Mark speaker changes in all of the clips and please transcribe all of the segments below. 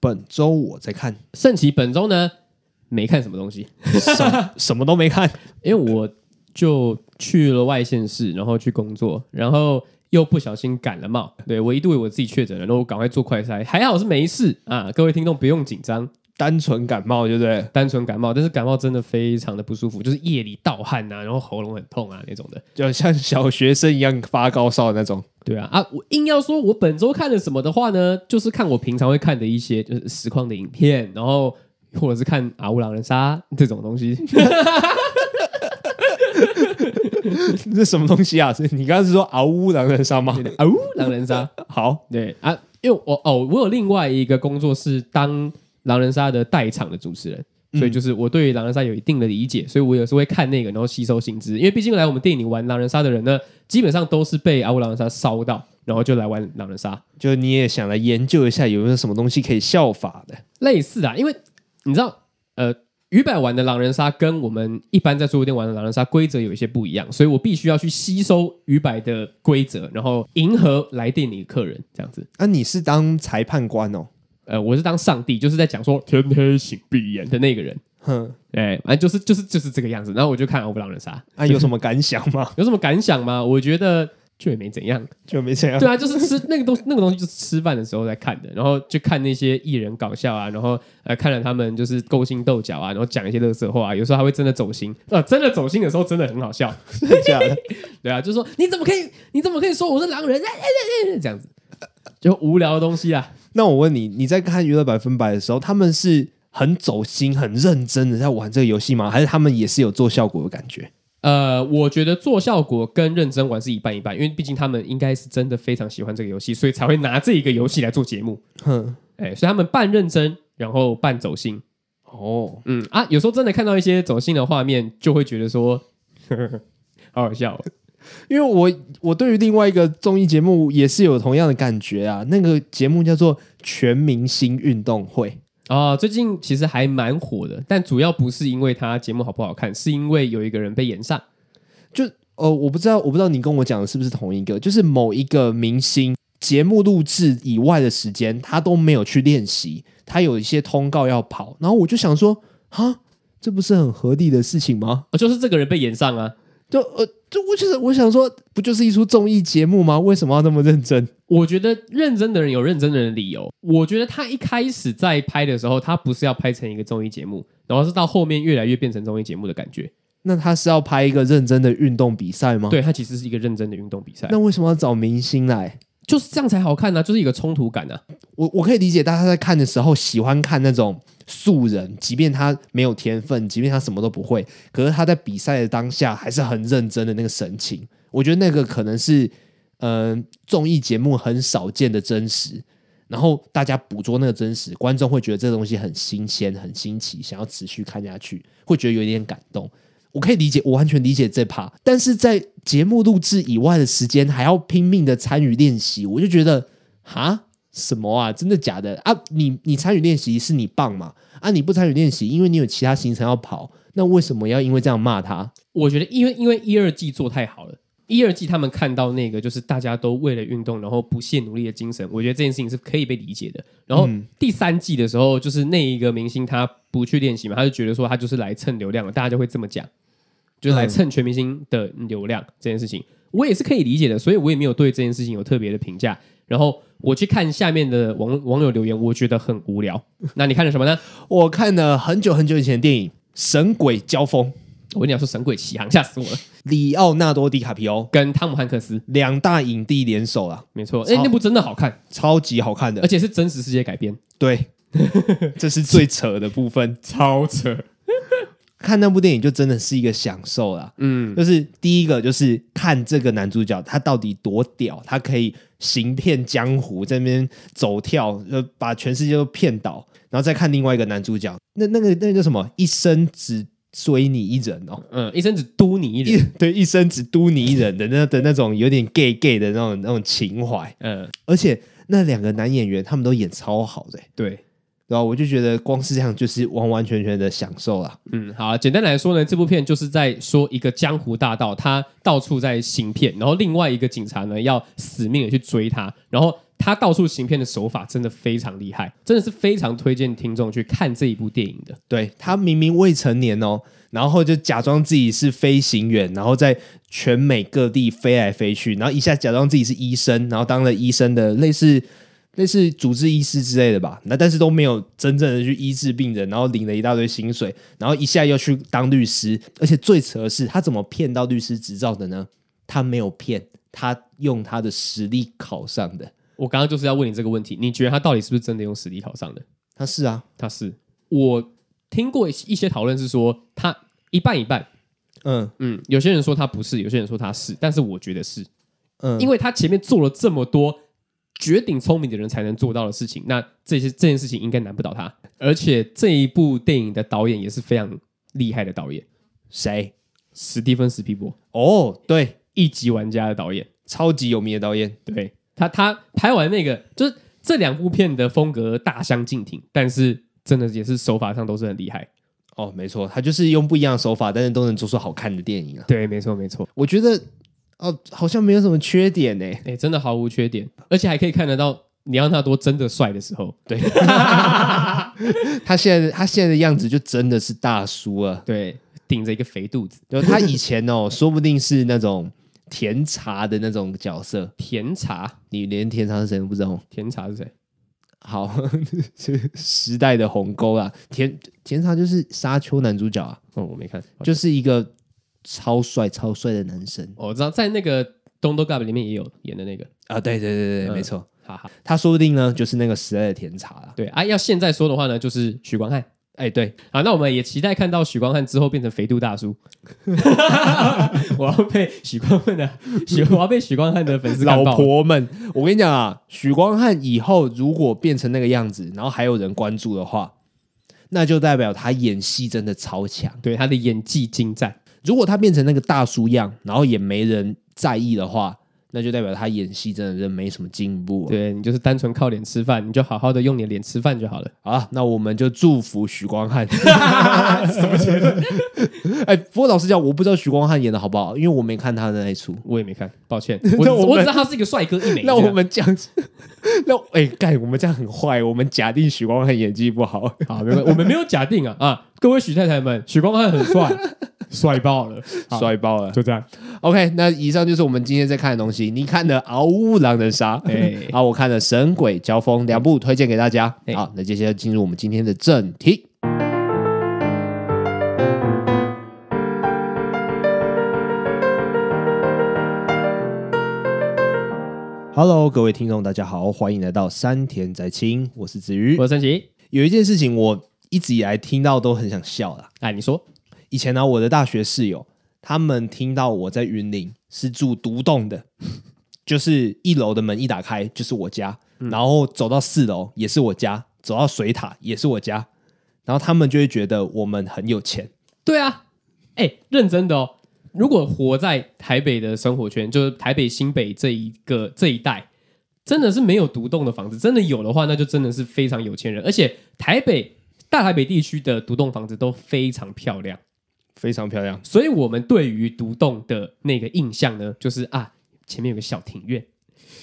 Speaker 1: 本周我在看，
Speaker 2: 圣奇本周呢没看什么东西，
Speaker 1: 什 什么都没看。
Speaker 2: 因为我就去了外县市，然后去工作，然后又不小心感了冒。对我一度以为我自己确诊了，然后我赶快做快筛，还好是没事啊。各位听众不用紧张，
Speaker 1: 单纯感冒，对不对？
Speaker 2: 单纯感冒，但是感冒真的非常的不舒服，就是夜里盗汗呐、然后喉咙很痛啊那种的。
Speaker 1: 就像小学生一样发高烧的那种。
Speaker 2: 对啊，啊，我硬要说我本周看了什么的话呢，就是看我平常会看的一些就是实况的影片，然后或者是看《阿乌狼人杀》这种东西。
Speaker 1: 这什么东西啊？是你刚刚是说嗷呜狼人杀吗？
Speaker 2: 啊呜，狼人杀。
Speaker 1: 好，
Speaker 2: 对啊，因为我哦，我有另外一个工作是当狼人杀的代场的主持人，所以就是我对狼人杀有一定的理解，所以我有时候会看那个，然后吸收新知。因为毕竟来我们店里玩狼人杀的人呢，基本上都是被阿乌狼人杀烧到，然后就来玩狼人杀，
Speaker 1: 就你也想来研究一下有没有什么东西可以效法的？
Speaker 2: 类似啊，因为你知道，呃。鱼板玩的狼人杀跟我们一般在桌游店玩的狼人杀规则有一些不一样，所以我必须要去吸收鱼板的规则，然后迎合来店里的客人，这样子。
Speaker 1: 啊，你是当裁判官哦？
Speaker 2: 呃，我是当上帝，就是在讲说天黑请闭眼的那个人。
Speaker 1: 哼，
Speaker 2: 哎，反正就是就是就是这个样子。然后我就看《欧布狼人杀》，
Speaker 1: 啊，有什么感想吗？
Speaker 2: 有什么感想吗？我觉得就也没怎样。
Speaker 1: 就没这样。
Speaker 2: 对啊，就是吃那个东那个东西，就是吃饭的时候在看的，然后就看那些艺人搞笑啊，然后呃看了他们就是勾心斗角啊，然后讲一些乐色话、啊，有时候还会真的走心。啊，真的走心的时候真的很好笑。
Speaker 1: 真的假的？
Speaker 2: 对啊，就是说你怎么可以你怎么可以说我是狼人？哎哎哎哎这样子，就无聊的东西啊。
Speaker 1: 那我问你，你在看娱乐百分百的时候，他们是很走心、很认真的在玩这个游戏吗？还是他们也是有做效果的感觉？
Speaker 2: 呃，我觉得做效果跟认真玩是一半一半，因为毕竟他们应该是真的非常喜欢这个游戏，所以才会拿这一个游戏来做节目。
Speaker 1: 哼，
Speaker 2: 哎，所以他们半认真，然后半走心。
Speaker 1: 哦，
Speaker 2: 嗯啊，有时候真的看到一些走心的画面，就会觉得说， 呵呵好好笑哦、
Speaker 1: 因为我我对于另外一个综艺节目也是有同样的感觉啊。那个节目叫做《全明星运动会》，
Speaker 2: 啊、最近其实还蛮火的，但主要不是因为它节目好不好看，是因为有一个人被延上。
Speaker 1: 就呃，我不知道，我不知道你跟我讲的是不是同一个，就是某一个明星节目录制以外的时间，他都没有去练习，他有一些通告要跑，然后我就想说，哈，这不是很合理的事情吗？
Speaker 2: 哦，就是这个人被延上啊。
Speaker 1: 就呃，就我就是我想说，不就是一出综艺节目吗？为什么要那么认真？
Speaker 2: 我觉得认真的人有认真的人的理由。我觉得他一开始在拍的时候，他不是要拍成一个综艺节目，然后是到后面越来越变成综艺节目的感觉。
Speaker 1: 那他是要拍一个认真的运动比赛吗？。
Speaker 2: 对，他其实是一个认真的运动比赛，
Speaker 1: 那为什么要找明星来？
Speaker 2: 就是这样才好看呢、就是一个冲突感啊。
Speaker 1: 我我可以理解大家在看的时候喜欢看那种素人，即便他没有天分，即便他什么都不会，可是他在比赛的当下还是很认真的那个神情。我觉得那个可能是嗯、呃综艺节目很少见的真实，然后大家捕捉那个真实，观众会觉得这东西很新鲜、很新奇，想要持续看下去，会觉得有一点感动。我可以理解，我完全理解这趴，但是在节目录制以外的时间还要拼命的参与练习，我就觉得哈什么啊，真的假的啊？你你参与练习是你棒嘛？啊，你不参与练习，因为你有其他行程要跑，那为什么要因为这样骂他？
Speaker 2: 我觉得因为因为一二季做太好了，一二季他们看到那个就是大家都为了运动然后不懈努力的精神，我觉得这件事情是可以被理解的。然后第三季的时候，就是那一个明星他不去练习嘛，他就觉得说他就是来蹭流量的，大家就会这么讲，就是来蹭全明星的流量这件事情，我也是可以理解的，所以我也没有对这件事情有特别的评价。然后我去看下面的网网友留言，我觉得很无聊。那你看了什么呢？
Speaker 1: 我看了很久很久以前的电影《神鬼交锋》，
Speaker 2: 我跟你讲说《神鬼奇航》，吓死我了，
Speaker 1: 里奥纳多·迪卡皮欧
Speaker 2: 跟汤姆汉克斯，
Speaker 1: 两大影帝联手啊，
Speaker 2: 没错，哎、
Speaker 1: 超
Speaker 2: 那部真的好看。
Speaker 1: 超级好看的
Speaker 2: 而。且是真实世界改编，
Speaker 1: 对， 这是最扯的部分。
Speaker 2: 超扯。
Speaker 1: 看那部电影就真的是一个享受啦。
Speaker 2: 嗯，
Speaker 1: 就是第一个就是看这个男主角他到底多屌，他可以行骗江湖，这边走跳，呃，把全世界都骗倒，然后再看另外一个男主角，那那个那个叫什么？一生只追你一人哦。
Speaker 2: 嗯，医生只督你一
Speaker 1: 一
Speaker 2: 人。
Speaker 1: 对一生只督你一人的那的那种有点 gay gay 的那种那种情怀，
Speaker 2: 嗯，
Speaker 1: 而且那两个男演员他们都演超好的、
Speaker 2: 对，
Speaker 1: 然后我就觉得光是这样就是完完全全的享受啦。
Speaker 2: 嗯，好啊、简单来说呢，这部片就是在说一个江湖大盗，他到处在行骗，然后另外一个警察呢要死命的去追他，然后他到处行骗的手法真的非常厉害，真的是非常推荐听众去看这一部电影的。
Speaker 1: 对他明明未成年哦，然后就假装自己是飞行员，然后在全美各地飞来飞去，然后一下假装自己是医生，然后当了医生的类似类似主治医师之类的吧，那但是都没有真正的去医治病人，然后领了一大堆薪水，然后一下又去当律师，而且最扯的是他怎么骗到律师执照的呢？他没有骗，他用他的实力考上的，
Speaker 2: 我刚刚就是要问你这个问题，你觉得他到底是不是真的用实力考上的？
Speaker 1: 他是啊，
Speaker 2: 他是，我听过一些讨论是说他一半一半，
Speaker 1: 嗯
Speaker 2: 嗯，有些人说他不是，有些人说他是，但是我觉得是，
Speaker 1: 嗯，
Speaker 2: 因为他前面做了这么多绝顶聪明的人才能做到的事情，那这些这件事情应该难不倒他。而且这一部电影的导演也是非常厉害的导演，
Speaker 1: 谁？
Speaker 2: 史蒂芬·史皮伯，
Speaker 1: 哦，对，
Speaker 2: 一级玩家的导演。
Speaker 1: 超级有名的导演，
Speaker 2: 对他，他拍完那个，就是这两部片的风格大相径庭，但是真的也是手法上都是很厉害。
Speaker 1: 哦，没错，他就是用不一样的手法，但是都能做出好看的电影啊。
Speaker 2: 对，没错，没错。
Speaker 1: 我觉得哦，好像没有什么缺点呢。
Speaker 2: 哎，真的毫无缺点，而且还可以看得到里奥纳多真的帅的时候。
Speaker 1: 对，他现在他现在的样子就真的是大叔了。
Speaker 2: 对，顶着一个肥肚子，
Speaker 1: 就他以前哦，说不定是那种甜茶的那种角色，
Speaker 2: 甜茶，
Speaker 1: 你连甜茶是谁都不知道。
Speaker 2: 甜茶是谁？
Speaker 1: 好， 是时代的鸿沟啊，甜甜茶就是沙丘男主角啊，
Speaker 2: 哦，我没看，就
Speaker 1: 就是一个超帅超帅的男生
Speaker 2: 哦我知道在那个《东都 Gap》里面也有演的那个，
Speaker 1: 啊。对对对对，
Speaker 2: 嗯
Speaker 1: 没错，
Speaker 2: 哈哈。
Speaker 1: 他说不定呢就是那个时代的甜茶啦。
Speaker 2: 对啊，要现在说的话呢，就是许光汉。
Speaker 1: 哎，对，
Speaker 2: 好，那我们也期待看到许光汉之后变成肥肚 大叔。 我要被许光汉的许，我要被许光汉的粉丝干
Speaker 1: 老
Speaker 2: 爆。
Speaker 1: 婆们，我跟你讲啊，许光汉以后如果变成那个样子，然后还有人关注的话，那就代表他演戏真的超强。
Speaker 2: 对他的演技精湛，
Speaker 1: 如果他变成那个大叔样，然后也没人在意的话，那就代表他演戏真的是没什么进步、啊。
Speaker 2: 对你就是单纯靠脸吃饭，你就好好的用你的脸吃饭就好了。
Speaker 1: 好啦，啊那我们就祝福许光 汉。哎，不过老实讲，我不知道许光汉演的好不好，因为我没看他的那一出。
Speaker 2: 我也没看，抱 歉，
Speaker 1: 那
Speaker 2: 我只
Speaker 1: 我们
Speaker 2: 我只知道他是一个帅哥哎一美这 样。
Speaker 1: 那我们这样，那哎盖，我们这样很坏，我们假定许光汉演技不好。
Speaker 2: 好，没关系，我们没有假定啊啊，各位许太太们，许光汉很帅，帅爆了，好
Speaker 1: 帅爆了！
Speaker 2: 就这样。
Speaker 1: OK，那以上就是我们今天在看的东西。你看的《嗷呜狼人杀》，
Speaker 2: 哎
Speaker 1: 啊，我看了《神鬼交锋》，两部推荐给大家。
Speaker 2: 哎
Speaker 1: 好，那接下来进入我们今天的正题。Hello，各位听众，大家好，欢迎来到山田宅青，我是子瑜
Speaker 2: 我。是陈奇，
Speaker 1: 有一件事情，我一直以来听到都很想笑啦。
Speaker 2: 哎，你说
Speaker 1: 以前呢、我的大学室友，他们听到我在云林是住独栋的， 就是一楼的门一打开就是我家，然后走到四楼也是我家，走到水塔也是我家，然后他们就会觉得我们很有钱。
Speaker 2: 对啊？哎，认真的哦。如果活在台北的生活圈，就是台北新北这一个这一带，真的是没有独栋的房子。真的有的话，那就真的是非常有钱人。而且台北大台北地区的独栋房子都非常漂亮。
Speaker 1: 非常漂亮，
Speaker 2: 所以我们对于独栋的那个印象呢，就是啊，前面有个小庭院，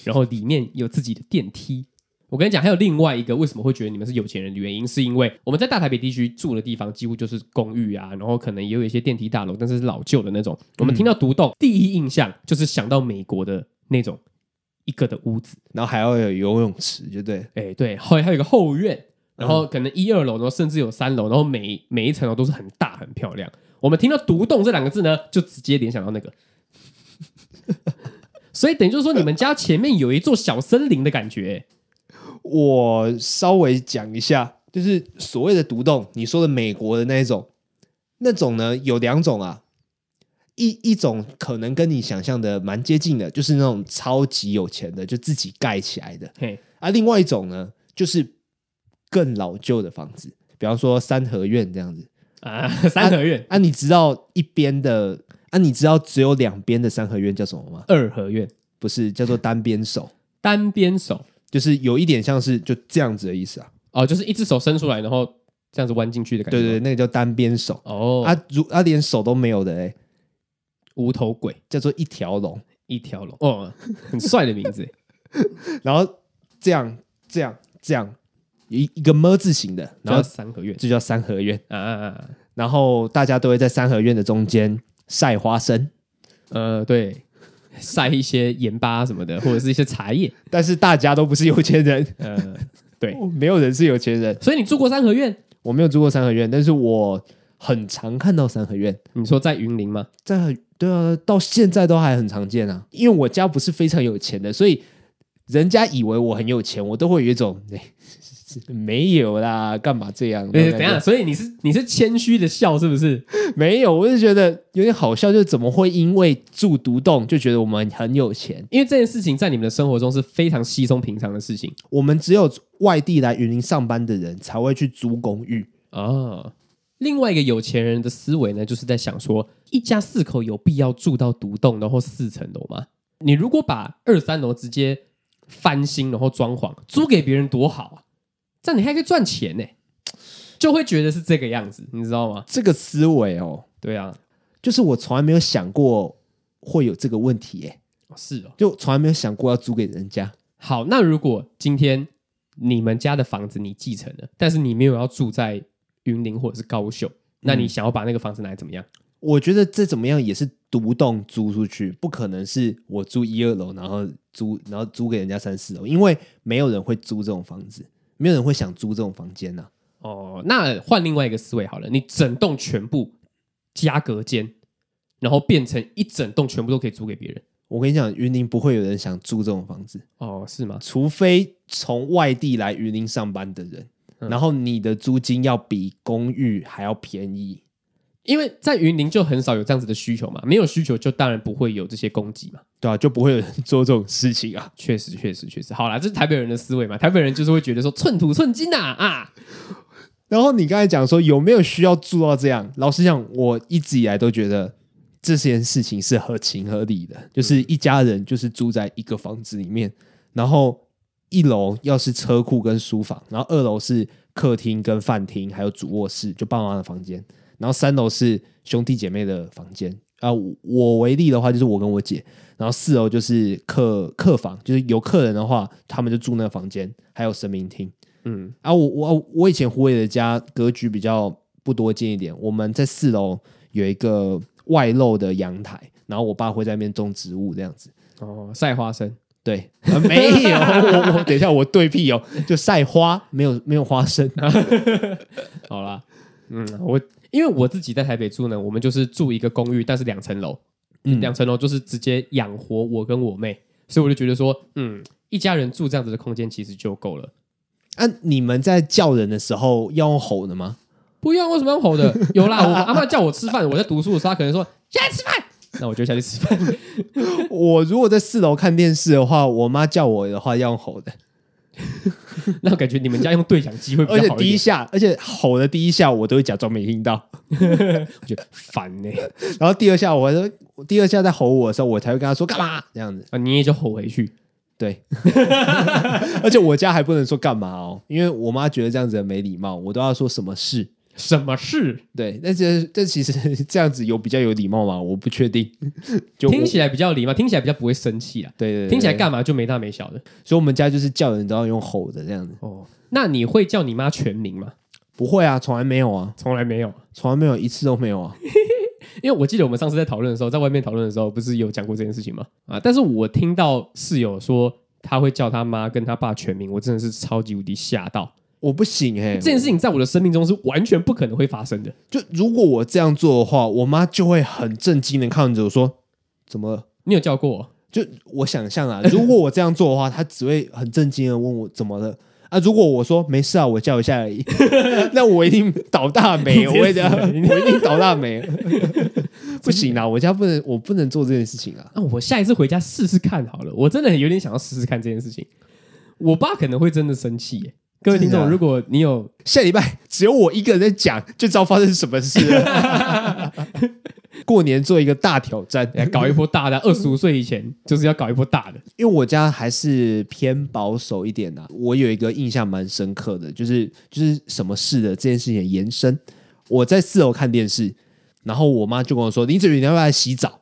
Speaker 2: 然后里面有自己的电梯。我跟你讲，还有另外一个为什么会觉得你们是有钱人的原因，是因为我们在大台北地区住的地方几乎就是公寓啊，然后可能也有一些电梯大楼，但是是老旧的那种。我们听到独栋，第一印象就是想到美国的那种一个的屋子，
Speaker 1: 然后还要有游泳池，就对，
Speaker 2: 哎，对，后来还有一个后院，
Speaker 1: 嗯
Speaker 2: 然后可能一二楼，然后甚至有三楼，然后每每一层楼都是很大很漂亮。我们听到“独栋”这两个字呢，就直接联想到 那个。所以等于就是说，你们家前面有一座小森林的感觉，
Speaker 1: 我稍微讲一下，就是所谓的独栋，你说的美国的那一种，那种呢有两种啊，一一种可能跟你想象的蛮接近的，就是那种超级有钱的，就自己盖起来的
Speaker 2: 嘿，
Speaker 1: 啊；另外一种呢，就是更老旧的房子，比方说三合院这样子
Speaker 2: 啊，三合院、
Speaker 1: 啊。你知道一边的啊？你知道只有两边的三合院叫什么吗？
Speaker 2: 二合院、
Speaker 1: 不是，叫做单边手，
Speaker 2: 单边手
Speaker 1: 就是有一点像是就这样子的意思啊。
Speaker 2: 哦，就是一只手伸出来，然后这样子弯进去的感觉。
Speaker 1: 对对，对，那个叫单边手。
Speaker 2: 哦，
Speaker 1: 啊，如啊连手都没有的哎，
Speaker 2: 无头鬼
Speaker 1: 叫做一条龙。
Speaker 2: 一条龙，哦，很帅的名字。
Speaker 1: 然后这样这样这样一一个么字形的，然
Speaker 2: 然后
Speaker 1: 后
Speaker 2: 三合院
Speaker 1: 这叫三合院。
Speaker 2: 啊啊啊啊，
Speaker 1: 然后大家都会在三合院的中间晒花生，
Speaker 2: 呃，对，晒一些盐巴什么的，或者是一些茶叶，
Speaker 1: 但是大家都不是有钱人， 哦
Speaker 2: 呃，对，
Speaker 1: 没有人是有钱人。
Speaker 2: 所以你住过三合院？
Speaker 1: 我没有住过三合院，但是我很常看到三合院，
Speaker 2: 你说在云林吗？
Speaker 1: 在很对啊，到现在都还很常见啊。因为我家不是非常有钱的，所以人家以为我很有钱，我都会有一种、 哎没有啦，干嘛这样？
Speaker 2: 对，呃等一下，所以你是你是谦虚的笑是不是？
Speaker 1: 没有，我就觉得有点好笑，就是怎么会因为住独栋就觉得我们很有钱？
Speaker 2: 因为这件事情在你们的生活中是非常稀松平常的事情
Speaker 1: 我们只有外地来云林上班的人才会去租公寓。
Speaker 2: 啊。另外一个有钱人的思维呢，就是在想说，一家四口有必要住到独栋，然后四层楼吗？你如果把二三楼直接翻新，然后装潢租给别人，多好啊！这样你还可以赚钱呢、就会觉得是这个样子，你知道吗？
Speaker 1: 这个思维哦，
Speaker 2: 对啊，
Speaker 1: 就是我从来没有想过会有这个问题耶，
Speaker 2: 是哦。
Speaker 1: 就从来没有想过要租给人家。
Speaker 2: 好，那如果今天你们家的房子你继承了，但是你没有要住在云林或者是高雄，那你想要把那个房子拿来怎么样？
Speaker 1: 我觉得这怎么样也是独栋租出去，不可能是我租一二楼，然后租然后租给人家三四楼，因为没有人会租这种房子，没有人会想租这种房间呐、
Speaker 2: 哦，那换另外一个思维好了，你整栋全部加隔间，然后变成一整栋全部都可以租给别人。
Speaker 1: 我跟你讲，云林不会有人想租这种房子，
Speaker 2: 哦，是吗？
Speaker 1: 除非从外地来云林上班的人，
Speaker 2: 嗯
Speaker 1: 然后你的租金要比公寓还要便宜。
Speaker 2: 因为在云林就很少有这样子的需求嘛，没有需求就当然不会有这些供给嘛。
Speaker 1: 对啊，就不会有人 做这种事情啊。
Speaker 2: 确实，确实，确实。好啦，这是台北人的思维嘛，台北人就是会觉得说寸土寸金呐啊
Speaker 1: 然后你刚才讲说有没有需要做到这样？老实讲，我一直以来都觉得这件事情是合情合理的，就是一家人就是住在一个房子里面，然后一楼要是车库跟书房，然后二楼是客厅跟饭厅，还有主卧室，就爸妈的房间，然后三楼是兄弟姐妹的房间。啊，我我为例的话，就是我跟我姐，然后四楼就是客客房，就是有客人的话，他们就住那个房间，还有神明厅。
Speaker 2: 嗯，
Speaker 1: 啊，我我我以前胡伟的家格局比较不多见一点，我们在四楼有一个外露的阳台，然后我爸会在那边种植物这样子。
Speaker 2: 哦，晒花生。
Speaker 1: 对，啊没有，我我等一下我对屁哦，就晒花，没有没有花生。
Speaker 2: 好啦，嗯，我因为我自己在台北住呢，我们就是住一个公寓，但是两层楼，
Speaker 1: 嗯
Speaker 2: 两层楼就是直接养活我跟我妹，所以我就觉得说，嗯，一家人住这样子的空间其实就够了。
Speaker 1: 啊，你们在叫人的时候要用吼的吗？
Speaker 2: 不用，为什么要吼的？有啦，我阿妈叫我吃饭，我在读书的时候，她可能说下来吃饭，那我就下去吃饭。
Speaker 1: 我如果在四楼看电视的话，我妈叫我的话要用吼的，
Speaker 2: 那我感觉你们家用对讲机会比
Speaker 1: 而且
Speaker 2: 较好
Speaker 1: 第
Speaker 2: 一
Speaker 1: 一
Speaker 2: 点，
Speaker 1: 下，而且吼的第一下我都会假装没听到。
Speaker 2: 我觉得烦欸呢、
Speaker 1: 然后第二下我还说，第二下在吼我的时候，我才会跟他说干嘛这样子。
Speaker 2: 啊，你也就吼回去。
Speaker 1: 对， 而且我家还不能说干嘛哦，因为我妈觉得这样子很没礼貌，我都要说什么事。
Speaker 2: 什么事？
Speaker 1: 对，但是但其实这样子有比较有礼貌吗？我不确 定。就我
Speaker 2: 听起来比较礼貌，听起来比较不会生气啦。
Speaker 1: 对对对
Speaker 2: 听起来
Speaker 1: 对
Speaker 2: 干嘛就没大没小的
Speaker 1: 所以我们家就是叫人都要用吼的这样子。
Speaker 2: 哦。那你会叫你妈全名吗？
Speaker 1: 不会啊，从来没有啊，
Speaker 2: 从来没有，
Speaker 1: 从来没有一次都没有啊。
Speaker 2: 因为我记得我们上次在讨论的时候，在外面讨论的时候，不是有讲过这件事情吗？啊，但是我听到室友说他会叫他妈跟他爸全名，我真的是超级无敌吓到。
Speaker 1: 我不行哎、
Speaker 2: 这件事情在我的生命中是完全不可能会发生的。
Speaker 1: 就如果我这样做的话，我妈就会很震惊的看着我说：“怎么了？”
Speaker 2: 你有叫过？
Speaker 1: 就我想象啊，如果我这样做的话，他只会很震惊的问我怎么了啊。如果我说没事啊，我叫一下 而已，那我一定倒大霉，我会这 样，
Speaker 2: 你直接死
Speaker 1: 我一定倒大霉。 不行啊，我家不能，我不能做这件事情啊。
Speaker 2: 啊，我下一次回家试试看好了。我真的有点想要试试看这件事情。我爸可能会真的生气耶。各位听
Speaker 1: 真的
Speaker 2: 众，
Speaker 1: 啊
Speaker 2: 如果你有
Speaker 1: 下礼拜只有我一个人在讲，就知道发生什么事了。 过年做一个大挑战，
Speaker 2: 哎搞一波大的，二十五岁以前就是要搞一波大的。
Speaker 1: 因为我家还是偏保守一点的、啊我有一个印象蛮深刻的，就是就是什么事的这件事情的延伸。我在四楼看电视，然后我妈就跟我说：“林子宇，你要不要来洗澡？”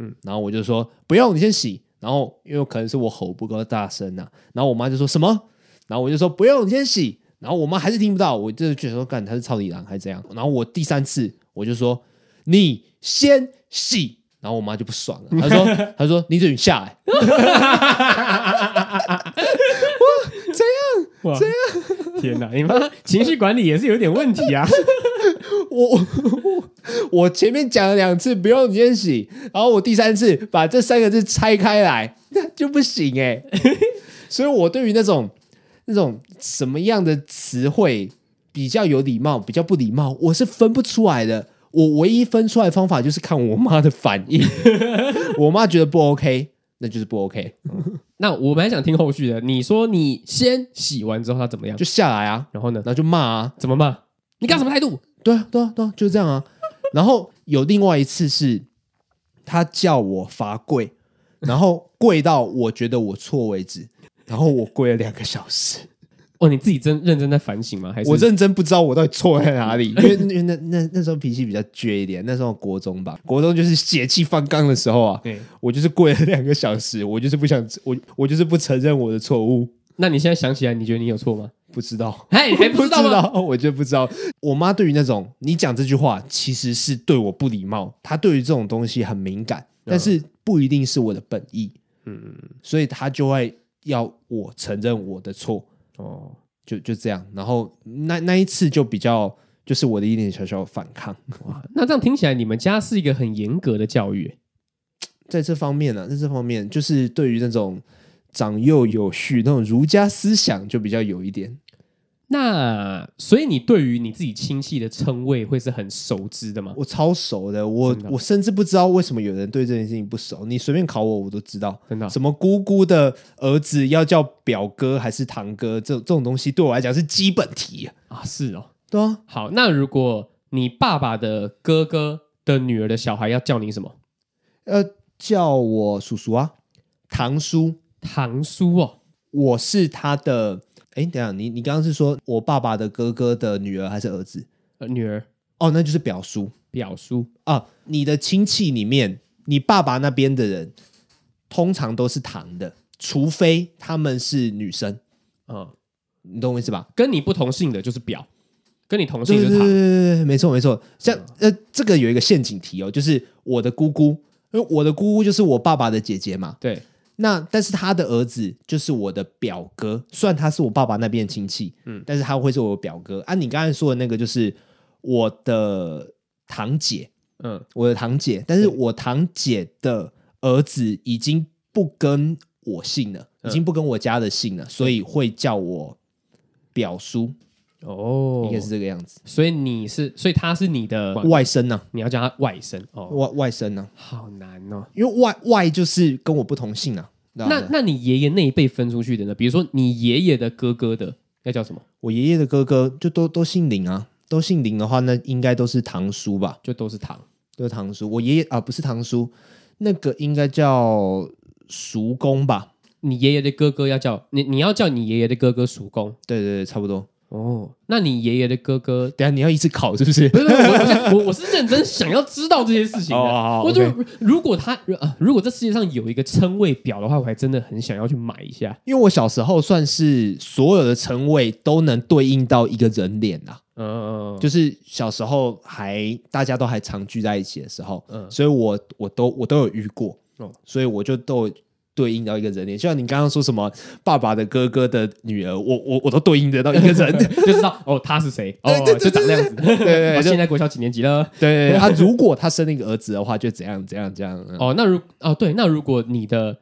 Speaker 1: 嗯，然后我就说：“不用，你先洗。”然后因为可能是我吼不够大声呐、然后我妈就说什么，然后我就说不用，你先洗。然后我妈还是听不到，我就觉得说干他是超级狼还是怎样。然后我第三次我就说你先洗，然后我妈就不爽了，她说 她说你准下来，
Speaker 2: 哇，天哪，你妈情绪管理也是有点问题啊！
Speaker 1: 我 我我前面讲了两次不用你先洗，然后我第三次把这三个字拆开来，那就不行哎、 所以我对于那种那种什么样的词汇比较有礼貌，比较不礼貌，我是分不出来的。我唯一分出来的方法就是看我妈的反应， 我妈觉得不 OK，那就是不 OK，
Speaker 2: 那我本来想听后续的，你说你先洗完之后他怎么样？
Speaker 1: 就下来啊，
Speaker 2: 然后呢
Speaker 1: 然？后就骂啊，
Speaker 2: 怎么骂？你干什么态度？
Speaker 1: 对啊，对啊，对啊，就是这样啊。 然后有另外一次是，他叫我罚跪，然后跪到我觉得我错为止， 然后我跪了两个小时，
Speaker 2: 哦，你自己真认真在反省吗？还是
Speaker 1: 我认真不知道我到底错在哪 里，因为因为那那那时候脾气比较倔一点，那时候国中吧，国中就是血气方刚的时候啊，
Speaker 2: 对？
Speaker 1: 我就是跪了两个小时，我就是不想我我就是不承认我的错误，
Speaker 2: 那你现在想起来，你觉得你有错吗？
Speaker 1: 不知道。
Speaker 2: 哎，你还不
Speaker 1: 不
Speaker 2: 知道吗？
Speaker 1: 我就不知道。我妈对于那种你讲这句话其实是对我不礼貌，她对于这种东西很敏感，但是不一定是我的本意，
Speaker 2: 嗯，
Speaker 1: 所以她就会要我承认我的错，
Speaker 2: 哦，
Speaker 1: 就就这样。然后那那一次就比较就是我的一点小小反抗，
Speaker 2: 哇，那这样听起来，你们家是一个很严格的教育。
Speaker 1: 在这方面呢、啊在这方面就是对于那种长幼有序那种儒家思想就比较有一点。
Speaker 2: 那所以你对于你自己亲戚的称谓会是很熟知的吗？
Speaker 1: 我超熟的，我
Speaker 2: 真的
Speaker 1: 我甚至不知道为什么有人对这件事情不熟。你随便考我，我都知道。
Speaker 2: 真的啊
Speaker 1: 什么姑姑的儿子要叫表哥还是堂哥，这这种东西对我来讲是基本题。
Speaker 2: 啊，是哦。
Speaker 1: 对啊，
Speaker 2: 好，那如果你爸爸的哥哥的女儿的小孩要叫你什么？
Speaker 1: 呃，叫我叔叔啊，堂叔，
Speaker 2: 堂叔哦，
Speaker 1: 我是他的。哎，等一下，你你刚刚是说我爸爸的哥哥的女儿还是儿子？
Speaker 2: 呃女儿
Speaker 1: 哦，那就是表叔
Speaker 2: 表叔
Speaker 1: 啊。你的亲戚里面，你爸爸那边的人通常都是堂的，除非他们是女生。
Speaker 2: 嗯，
Speaker 1: 你懂我意思吧？
Speaker 2: 跟你不同姓的就是表，跟你同姓
Speaker 1: 对
Speaker 2: 哦就
Speaker 1: 对对
Speaker 2: 是嗯堂。
Speaker 1: 对对，没错没错。像呃，这个有一个陷阱题哦，就是我的姑姑，因为我的姑姑就是我爸爸的姐姐嘛。
Speaker 2: 对，
Speaker 1: 那但是他的儿子就是我的表哥，虽然他是我爸爸那边的亲戚，嗯
Speaker 2: 嗯，
Speaker 1: 但是他会是我的表哥。啊，你刚才说的那个就是我的堂姐，
Speaker 2: 嗯，
Speaker 1: 我的堂姐，但是
Speaker 2: 对
Speaker 1: 我堂姐的儿子已经不跟我姓了，已
Speaker 2: 嗯
Speaker 1: 经不跟我家的姓了，所以会叫我表叔，
Speaker 2: 哦，
Speaker 1: 应该是这个样子。
Speaker 2: 所以你是，所以他是你的，
Speaker 1: 外甥啊呢、
Speaker 2: 你要叫他外甥哦，
Speaker 1: 外外甥呢、
Speaker 2: 好难哦。
Speaker 1: 因为外外就是跟我不同姓啊。
Speaker 2: 那那你爷爷那一辈分出去的呢？比如说你爷爷的哥哥的要叫什么？
Speaker 1: 我爷爷的哥哥就都都姓林啊，都姓林的话，那应该都是堂叔吧？
Speaker 2: 就都是堂
Speaker 1: 都是堂叔。我爷爷啊，不是堂叔，那个应该叫叔公吧？
Speaker 2: 你爷爷的哥哥要叫你，你要叫你爷爷的哥哥叔公
Speaker 1: 对对对，差不多。
Speaker 2: 哦。那你爷爷的哥哥，
Speaker 1: 等一下你要一直考是不是？
Speaker 2: 不是不是我我我我是认真想要知道这些事情的。
Speaker 1: 哦好 好
Speaker 2: 我就
Speaker 1: OK
Speaker 2: 如果他呃如果这世界上有一个称谓表的话，我还真的很想要去买一下。
Speaker 1: 因为我小时候算是所有的称谓都能对应到一个人脸啊，
Speaker 2: 嗯，
Speaker 1: 就是小时候还大家都还常聚在一起的时候，
Speaker 2: 嗯
Speaker 1: 所以我我都我都有遇过，
Speaker 2: 哦
Speaker 1: 所以我就都有对应到一个人脸。就像你刚刚说什么爸爸的哥哥的女儿，我我我都对应得到一个 人。对
Speaker 2: 就知道哦他是谁哦，
Speaker 1: 对对
Speaker 2: 就长那样子。
Speaker 1: 对 对
Speaker 2: 哦
Speaker 1: 就
Speaker 2: 现在国小几年级了？
Speaker 1: 对对，他如果他生了一个儿子的话，就怎样怎样怎样。嗯
Speaker 2: 哦，那如哦对，那如果你的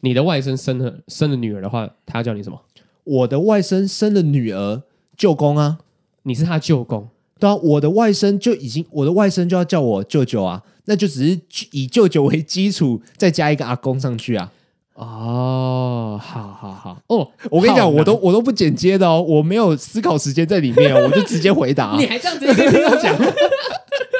Speaker 2: 你的外甥生了生了女儿的话，他要叫你什么？
Speaker 1: 我的外甥生了女儿，舅公啊，
Speaker 2: 你是他舅公
Speaker 1: 对啊，我的外甥就已经，我的外甥就要叫我舅舅啊，那就只是以舅舅为基础，再加一个阿公上去啊。
Speaker 2: 哦，好好好 哦，
Speaker 1: 我跟你
Speaker 2: 好
Speaker 1: 讲，
Speaker 2: 难
Speaker 1: 我都我都不剪接的哦，我没有思考时间在里面哦，我就直接回答、
Speaker 2: 你还这样子跟听众讲。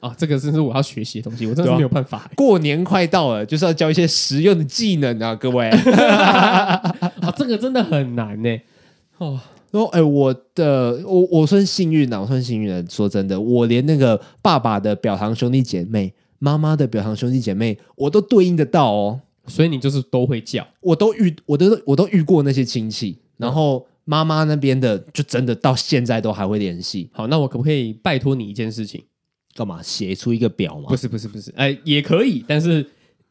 Speaker 2: 哦，这个真是我要学习的东西，我真的
Speaker 1: 对啊
Speaker 2: 是没有办法。
Speaker 1: 过年快到了，就是要教一些实用的技能啊，各 位。啊
Speaker 2: 哦，这个真的很难呢。哦，
Speaker 1: 然后，哎、我的，我我算幸运啊，我算幸运的。说真的，我连那个爸爸的表堂兄弟姐妹，妈妈的表堂兄弟姐妹，我都对应得到哦，
Speaker 2: 所以你就是都会叫，
Speaker 1: 我都遇，我都我都遇过那些亲戚，然后妈妈那边的就真的到现在都还会联系，
Speaker 2: 好，那我可不可以拜托你一件事情？
Speaker 1: 干嘛写出一个表嘛
Speaker 2: 不？是不是不是，哎、也可以，但是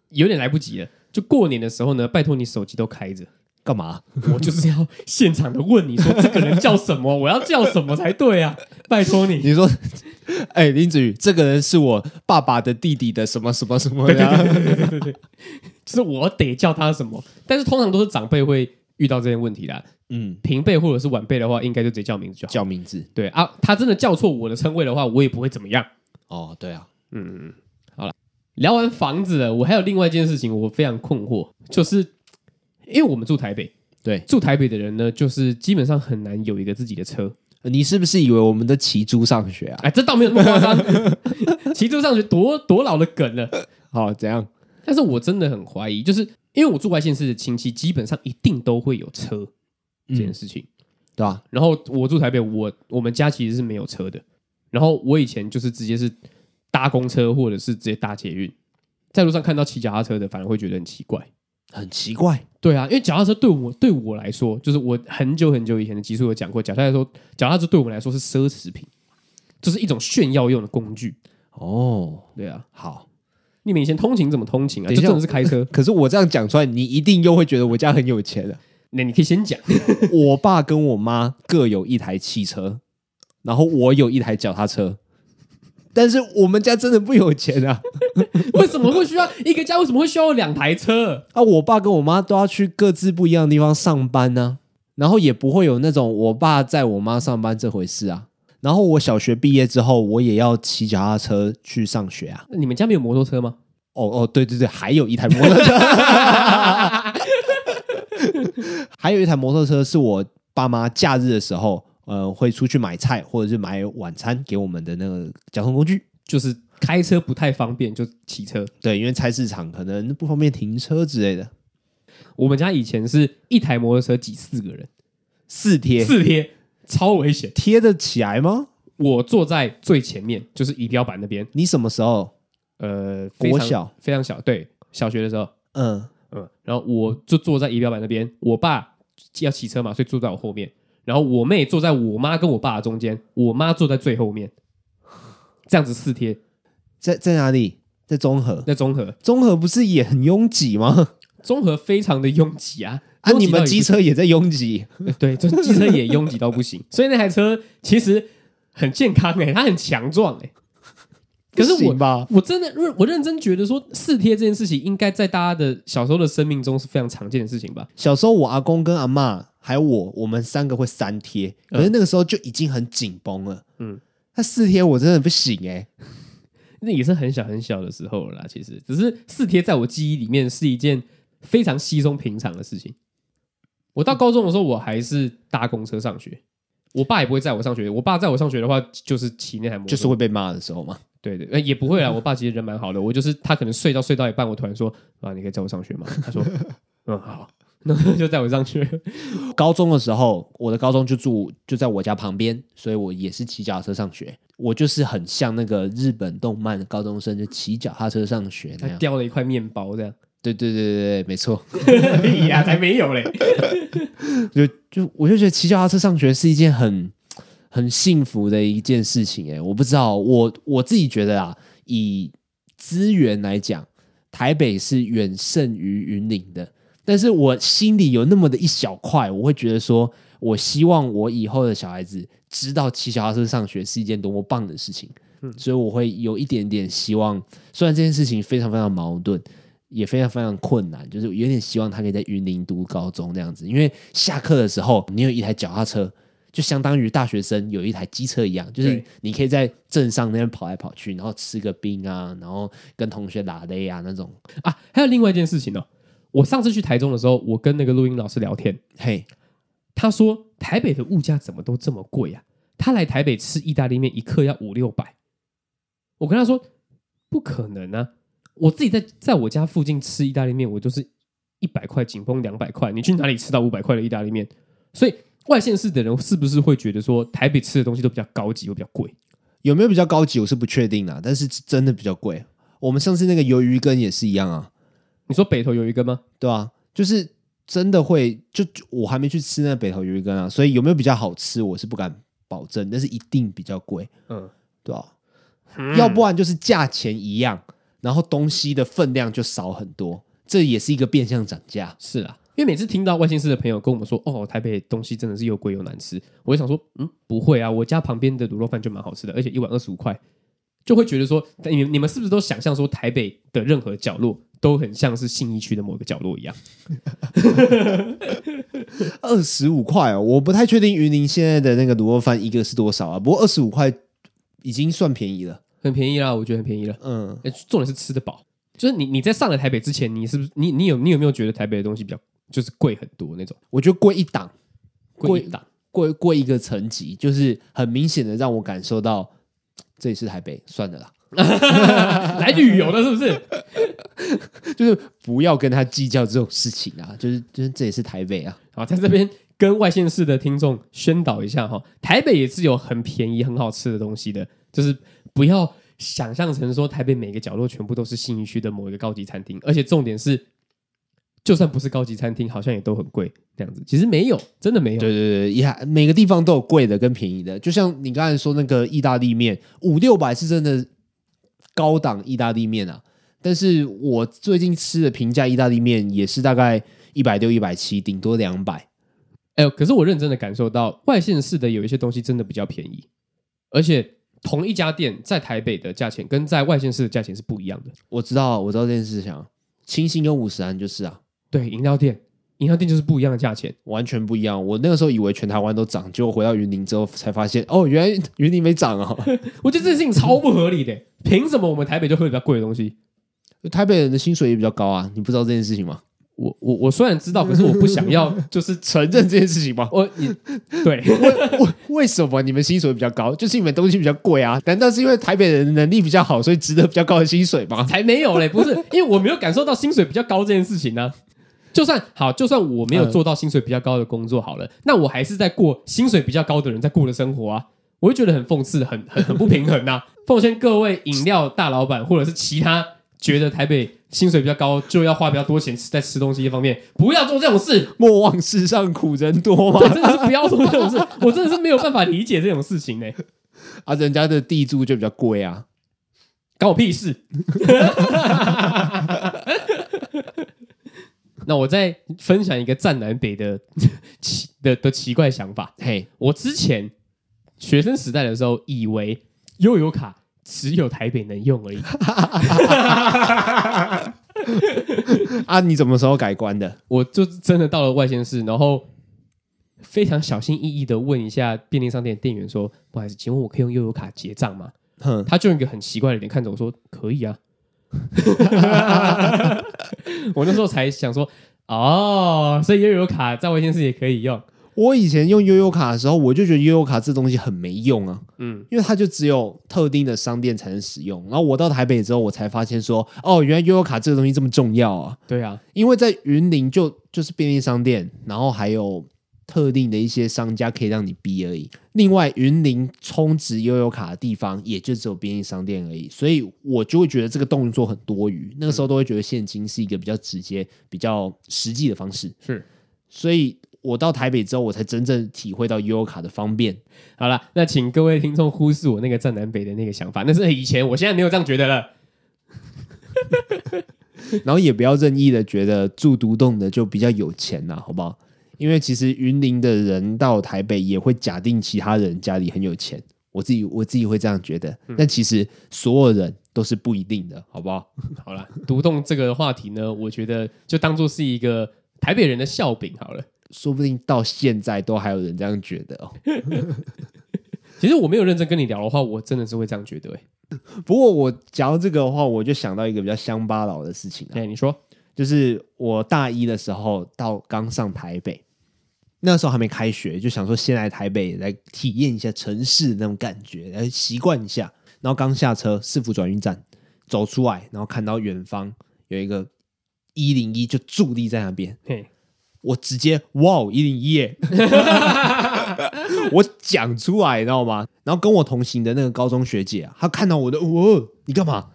Speaker 2: 有点来不及了。就过年的时候呢，拜托你手机都开着，
Speaker 1: 干嘛？
Speaker 2: 我就是要现场的问你说这个人叫什么，我要叫什么才对啊？拜托你，
Speaker 1: 你说，哎、林子宇，这个人是我爸爸的弟弟的什么什么什么的啊、
Speaker 2: 就是我得叫他什么。但是通常都是长辈会遇到这些问题啦，
Speaker 1: 嗯，
Speaker 2: 平辈或者是晚辈的话，应该就直接叫名字就好。
Speaker 1: 叫名字。
Speaker 2: 对啊，他真的叫错我的称谓的话，我也不会怎么样。
Speaker 1: 哦，对啊，
Speaker 2: 嗯，好了，聊完房子了，我还有另外一件事情，我非常困惑，就是因为我们住台北，
Speaker 1: 对，
Speaker 2: 住台北的人呢，就是基本上很难有一个自己的车。
Speaker 1: 你是不是以为我们的骑猪上学啊？
Speaker 2: 哎，这倒没有那么夸张， 骑车上学多多老的梗了。
Speaker 1: 好，怎样？
Speaker 2: 但是我真的很怀疑，就是因为我住外县市的亲戚，基本上一定都会有车
Speaker 1: 嗯
Speaker 2: 这件事情。
Speaker 1: 对吧、
Speaker 2: 然后我住台北，我我们家其实是没有车的。然后我以前就是直接是搭公车，或者是直接搭捷运，在路上看到骑脚踏车的，反而会觉得很奇怪。
Speaker 1: 很奇怪，
Speaker 2: 对啊，因为脚踏车对我对我来说，就是我很久很久以前的集数有讲过，脚踏车说脚踏车对我们来说是奢侈品，就是一种炫耀用的工具。
Speaker 1: 哦，
Speaker 2: 对啊，
Speaker 1: 好。
Speaker 2: 你们以前通勤怎么通勤啊？
Speaker 1: 等
Speaker 2: 就
Speaker 1: 一下
Speaker 2: 真的是开车？
Speaker 1: 可是我这样讲出来，你一定又会觉得我家很有钱的。
Speaker 2: 那你可以先讲。
Speaker 1: 我爸跟我妈各有一台汽车，然后我有一台脚踏车，但是我们家真的不有钱啊！
Speaker 2: 为什么会需要一个家？为什么会需要两台车？
Speaker 1: 啊，我爸跟我妈都要去各自不一样的地方上班呢、然后也不会有那种我爸载我妈上班这回事啊。然后我小学毕业之后，我也要骑脚踏车去上学啊。
Speaker 2: 你们家没有摩托车吗？
Speaker 1: 哦哦，对对对，还有一台摩托车，还有一台摩托车是我爸妈假日的时候，呃，会出去买菜或者是买晚餐给我们的那个交通工具。
Speaker 2: 就是开车不太方便，就骑车。
Speaker 1: 对，因为菜市场可能不方便停车之类的。
Speaker 2: 我们家以前是一台摩托车挤四个人，
Speaker 1: 四贴
Speaker 2: 四贴，超危险。
Speaker 1: 贴得起来吗？
Speaker 2: 我坐在最前面，就是仪表板那边。
Speaker 1: 你什么时候？
Speaker 2: 呃，
Speaker 1: 国
Speaker 2: 非常
Speaker 1: 小
Speaker 2: 非常小，对，小学的时候，
Speaker 1: 嗯，
Speaker 2: 嗯，然后我就坐在仪表板那边，我爸要骑车嘛，所以坐在我后面，然后我妹坐在我妈跟我爸的中间，我妈坐在最后面，这样子四贴，
Speaker 1: 在在哪里？在中和。
Speaker 2: 那综合
Speaker 1: 中和不是也很拥挤 吗？
Speaker 2: 综合非常的拥挤啊，
Speaker 1: 啊，
Speaker 2: 拥
Speaker 1: 你
Speaker 2: 挤到
Speaker 1: 们
Speaker 2: 一
Speaker 1: 机
Speaker 2: 个
Speaker 1: 车也在拥挤。
Speaker 2: 对，这机车也拥挤到不行， 所以那台车其实很健康哎、它很强壮哎、可是
Speaker 1: 不
Speaker 2: 我
Speaker 1: 行吧，
Speaker 2: 我真的认我认真觉得说四贴这件事情，应该在大家的小时候的生命中是非常常见的事情吧？
Speaker 1: 小时候我阿公跟阿嬷还有我，我们三个会三贴，可是那个时候就已经很紧绷了。嗯
Speaker 2: 嗯，
Speaker 1: 那四贴我真的不行哎、
Speaker 2: 那也是很小很小的时候了啦，其实只是四贴在我记忆里面是一件非常稀松平常的事情。我到高中的时候，我还是搭公车上学，我爸也不会载我上学。我爸载我上学的话，就是骑那台摩托车，
Speaker 1: 就是会被骂的时候嘛。
Speaker 2: 对对，呃也不会啦。我爸其实人蛮好的，我就是他可能睡到睡到一半，我突然说啊，你可以载我上学吗？他 说嗯好， 那就载我上学。
Speaker 1: 高中的时候，我的高中就住就在我家旁边，所以我也是骑脚踏车上学。我就是很像那个日本动漫的高中生，就骑脚踏车上学
Speaker 2: 他
Speaker 1: 那样。
Speaker 2: 叼了一块面包这 样，
Speaker 1: 对对对对对，没错。
Speaker 2: 哎呀，才没有嘞。
Speaker 1: 就就我就觉得骑脚踏车上学是一件很很幸福的一件事情、欸。哎，我不知道，我我自己觉得啊，以资源来讲，台北是远胜于云林的。但是我心里有那么的一小块，我会觉得说，我希望我以后的小孩子知道骑脚踏车上学是一件多么棒的事情。所以我会有一点点希望，虽然这件事情非常非常矛盾，也非常非常困难，就是有点希望他可以在云林读高中那样子，因为下课的时候你有一台脚踏车，就相当于大学生有一台机车一样，就是
Speaker 2: 对
Speaker 1: 你可以在镇上那边跑来跑去，然后吃个冰啊，然后跟同学拉勒啊那种。
Speaker 2: 啊，还有另外一件事情哦，我上次去台中的时候，我跟那个录音老师聊天，
Speaker 1: 嘿，
Speaker 2: 他说台北的物价怎么都这么贵啊？他来台北吃意大利面一克要五六百，我跟他说不可能啊！我自己在在我家附近吃意大利面，我就是一百块紧绷两百块，你去哪里吃到五百块的意大利面？所以外县市的人是不是会觉得说台北吃的东西都比较高级，又比较贵？
Speaker 1: 有没有比较高级？我是不确定啦，但是真的比较贵。我们上次那个鱿鱼羹也是一样啊，
Speaker 2: 你说北投有一个吗？
Speaker 1: 对吧、就是真的会，就就我还没去吃那北头鱿鱼羹啊，所以有没有比较好吃，我是不敢保证，但是一定比较贵，
Speaker 2: 嗯，
Speaker 1: 对吧、要不然就是价钱一样，然后东西的分量就少很多，这也是一个变相涨价。
Speaker 2: 是啦，因为每次听到外县市的朋友跟我们说，哦，台北东西真的是又贵又难吃，我就想说，嗯，不会啊，我家旁边的卤肉饭就蛮好吃的，而且一碗二十五块，就会觉得说，你们你们是不是都想象说台北的任何角落都很像是信义区的某个角落一样？
Speaker 1: 二十五块哦，我不太确定云林现在的那个卤肉饭一个是多少啊，不过二十五块已经算便宜了。
Speaker 2: 很便宜啦，我觉得很便宜了。
Speaker 1: 嗯，
Speaker 2: 呃重点是吃得饱，就是你你在上来台北之前，你是不是你你有你有没有觉得台北的东西比较就是贵很多那种
Speaker 1: 我觉得贵一档，
Speaker 2: 贵一档？
Speaker 1: 贵贵一个层级，就是很明显的让我感受到这里是台北，算了啦。
Speaker 2: 来旅游了是不是？
Speaker 1: 就是不要跟他计较这种事情啊，就是就是这也是台北啊，
Speaker 2: 好，在这边跟外县市的听众宣导一下哈，台北也是有很便宜、很好吃的东西的，就是不要想象成说台北每个角落全部都是信义区的某一个高级餐厅，而且重点是，就算不是高级餐厅，好像也都很贵这样子。其实没有，真的没有。
Speaker 1: 对对对，也还每个地方都有贵的跟便宜的，就像你刚才说那个意大利面，五六百是真的高档意大利面啊，但是我最近吃的平价意大利面也是大概一百六、一百七，顶多两百，
Speaker 2: 哎呦，可是我认真的感受到外县市的有一些东西真的比较便宜，而且同一家店在台北的价钱跟在外县市的价钱是不一样的。
Speaker 1: 我知道啊我知道这件事情啊，清新跟五十岚就是啊，
Speaker 2: 对，饮料店，饮料店就是不一样的价钱。
Speaker 1: 完全不一样。我那个时候以为全台湾都涨，结果回到云林之后才发现，哦，原来云林没涨哦。
Speaker 2: 我觉得这件事情超不合理的，凭什么我们台北就喝比较贵的东西？
Speaker 1: 台北人的薪水也比较高啊，你不知道这件事情吗？
Speaker 2: 我我我虽然知道，可是我不想要，就是
Speaker 1: 承认这件事情吗？
Speaker 2: 我你 对，
Speaker 1: 为为什么你们薪水比较高？就是你们东西比较贵啊？难道是因为台北人能力比较好，所以值得比较高的薪水吗？
Speaker 2: 才没有嘞，不是，因为我没有感受到薪水比较高这件事情呢、啊就算好，就算我没有做到薪水比较高的工作好了，那我还是在过薪水比较高的人在过的生活啊，我会觉得很讽刺，很很很不平衡呐、啊 奉劝各位饮料大老板或者是其他觉得台北薪水比较高就要花比较多钱吃在吃东西这方面，不要做这种事。
Speaker 1: 莫忘世上苦人多
Speaker 2: 对，
Speaker 1: 嘛。
Speaker 2: 真的是不要做这种事， 我真的是没有办法理解这种事情呢、
Speaker 1: 啊，人家的地租就比较贵啊。
Speaker 2: 关我屁事。 那我再分享一个站南北的 奇的的奇怪想法。
Speaker 1: 嘿，
Speaker 2: 我之前学生时代的时候，以为悠游卡只有台北能用而已。
Speaker 1: 啊，你什么时候改观的？
Speaker 2: 我就真的到了外县市，然后非常小心翼翼的问一下便利商店店员说：“不好意思，请问我可以用悠游卡结账吗？”
Speaker 1: 哼，
Speaker 2: 他就用一个很奇怪的脸看着我说：“可以啊。” 我那时候才想说，哦，所以悠游卡在外县市也可以用。
Speaker 1: 我以前用悠悠卡的时候，我就觉得悠悠卡这东西很没用啊，
Speaker 2: 嗯，
Speaker 1: 因为它就只有特定的商店才能使用。然后我到台北之后，我才发现说，哦，原来悠悠卡这个东西这么重要啊。
Speaker 2: 对啊，
Speaker 1: 因为在云林就就是便利商店，然后还有特定的一些商家可以让你逼而已。另外，云林充值悠游卡的地方也就只有便利商店而已，所以我就会觉得这个动作很多余。那个时候都会觉得现金是一个比较直接、比较实际的方式，
Speaker 2: 是。
Speaker 1: 所以。我到台北之后，我才真正体会到悠游卡的方便。
Speaker 2: 好了，那请各位听众忽视我那个站南北的那个想法，那是以前，我现在没有这样觉得了。
Speaker 1: 然后也不要任意的觉得住独栋的就比较有钱啦、好不好？因为其实云林的人到台北也会假定其他人家里很有钱，我自己我自己会这样觉得，但其实所有人都是不一定的，好不好？
Speaker 2: 好了，独栋这个话题呢，我觉得就当做是一个台北人的笑柄好了。
Speaker 1: 说不定到现在都还有人这样觉得哦。
Speaker 2: 其实我没有认真跟你聊的话，我真的是会这样觉得、欸。
Speaker 1: 不过我讲到这个的话，我就想到一个比较乡巴佬的事情啊
Speaker 2: 哎、，你说，
Speaker 1: 就是我大一的时候到刚上台北，那时候还没开学，就想说先来台北来体验一下城市的那种感觉，来习惯一下。然后刚下车市府转运站，走出来，然后看到远方有一个一零一就伫立在那边，
Speaker 2: 嘿，
Speaker 1: 我直接哇哦一零一耶，我讲出来你知道吗？然后跟我同行的那个高中学姐、啊，她看到我的，哦，你干嘛？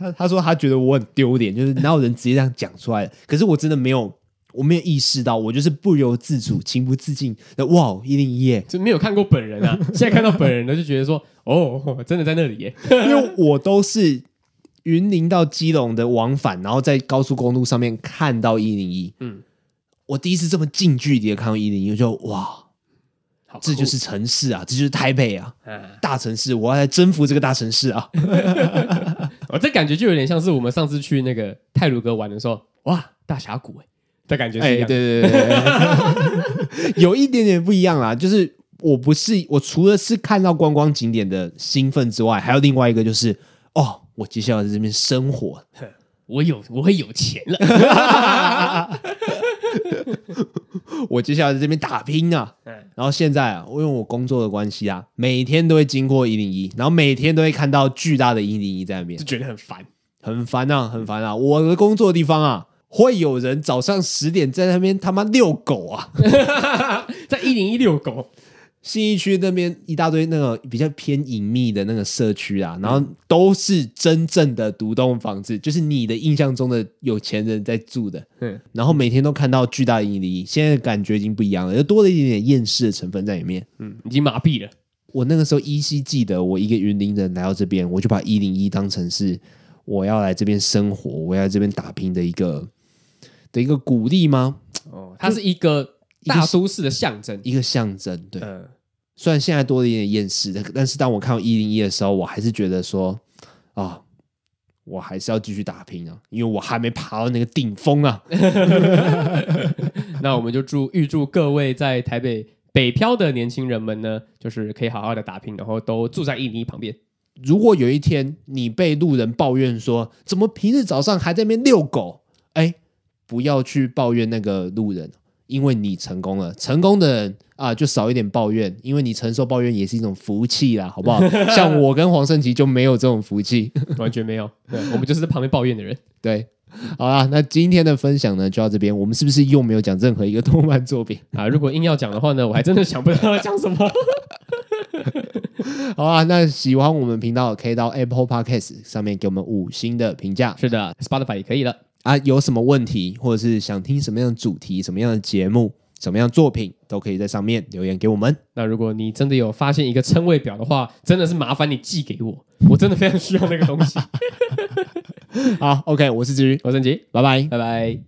Speaker 1: 他他说他觉得我很丢脸，就是哪有人直接这样讲出来的？可是我真的没有，我没有意识到，我就是不由自主、情不自禁的哇，哦一零一耶！
Speaker 2: 就没有看过本人 啊，现在看到本人呢，就觉得说，哦，真的在那里耶。
Speaker 1: 因为我都是云林到基隆的往返，然后在高速公路上面看到一零一，嗯
Speaker 2: 嗯，
Speaker 1: 我第一次这么近距离的看到一零一，我就哇，哦
Speaker 2: 好
Speaker 1: 这就是城市啊，这就是台北啊，
Speaker 2: 酷啊，
Speaker 1: 大城市，我要来征服这个大城市 啊！
Speaker 2: 我这感觉就有点像是我们上次去那个泰鲁阁玩的时候，哇，大峡谷哎的感觉是一
Speaker 1: 哎，对
Speaker 2: 样的。
Speaker 1: 对对对 对，有一点点不一样啦，就是我不是我除了是看到观光景点的兴奋之外，还有另外一个就是哦，我接下来在这边生活，
Speaker 2: 我有，我会有钱了。
Speaker 1: 我接下来在这边打拼啊。
Speaker 2: 嗯
Speaker 1: 然后现在啊，因为我工作的关系啊，每天都会经过一零一，然后每天都会看到巨大的一零一在那边
Speaker 2: 就，觉得很烦。
Speaker 1: 很烦啊，很烦啊！我的工作地方啊，会有人早上十点在那边他妈遛狗啊。
Speaker 2: 在一零一遛狗，
Speaker 1: 信义区那边一大堆那个比较偏隐秘的那个社区啊，然后都是真正的独栋房子，就是你的印象中的有钱人在住的。
Speaker 2: 嗯，
Speaker 1: 然后每天都看到巨大的引力，现在感觉已经不一样了，又多了一点点厌世的成分在里面。
Speaker 2: 嗯，已经麻痹了。
Speaker 1: 我那个时候依稀记得，我一个云林人来到这边，我就把一零一当成是我要来这边生活，我要来这边打拼的一个的一个鼓励吗？
Speaker 2: 哦，它是一个大都市的象征。
Speaker 1: 一个象征，对。
Speaker 2: 嗯，
Speaker 1: 虽然现在多了一点厌世，但但是当我看到一零一的时候，我还是觉得说啊，我还是要继续打拼啊，因为我还没爬到那个顶峰啊。
Speaker 2: 那我们就祝预祝各位在台北北漂的年轻人们呢，就是可以好好的打拼，然后都住在一零一旁边。
Speaker 1: 如果有一天你被路人抱怨说怎么平日早上还在那边遛狗，哎，不要去抱怨那个路人，因为你成功了。成功的人啊，就少一点抱怨，因为你承受抱怨也是一种福气啦，好不好？像我跟黄圣琪就没有这种福气。
Speaker 2: 完全没有，对我们就是在旁边抱怨的人。
Speaker 1: 对，好啦，那今天的分享呢就到这边。我们是不是又没有讲任何一个动漫作品？
Speaker 2: 啊，如果硬要讲的话呢，我还真的想不到要讲什么。
Speaker 1: 好啊，那喜欢我们频道可以到 Apple Podcast 上面给我们五星的评价
Speaker 2: 是的，Spotify 也可以了。
Speaker 1: 啊。有什么问题，或者是想听什么样的主题、什么样的节目、什么样的作品，都可以在上面留言给我们。
Speaker 2: 那如果你真的有发现一个称谓表的话，真的是麻烦你寄给我，我真的非常需要那个东西。
Speaker 1: 好，OK，我是子瑜，
Speaker 2: 我是郑杰，
Speaker 1: 拜拜。
Speaker 2: 拜拜。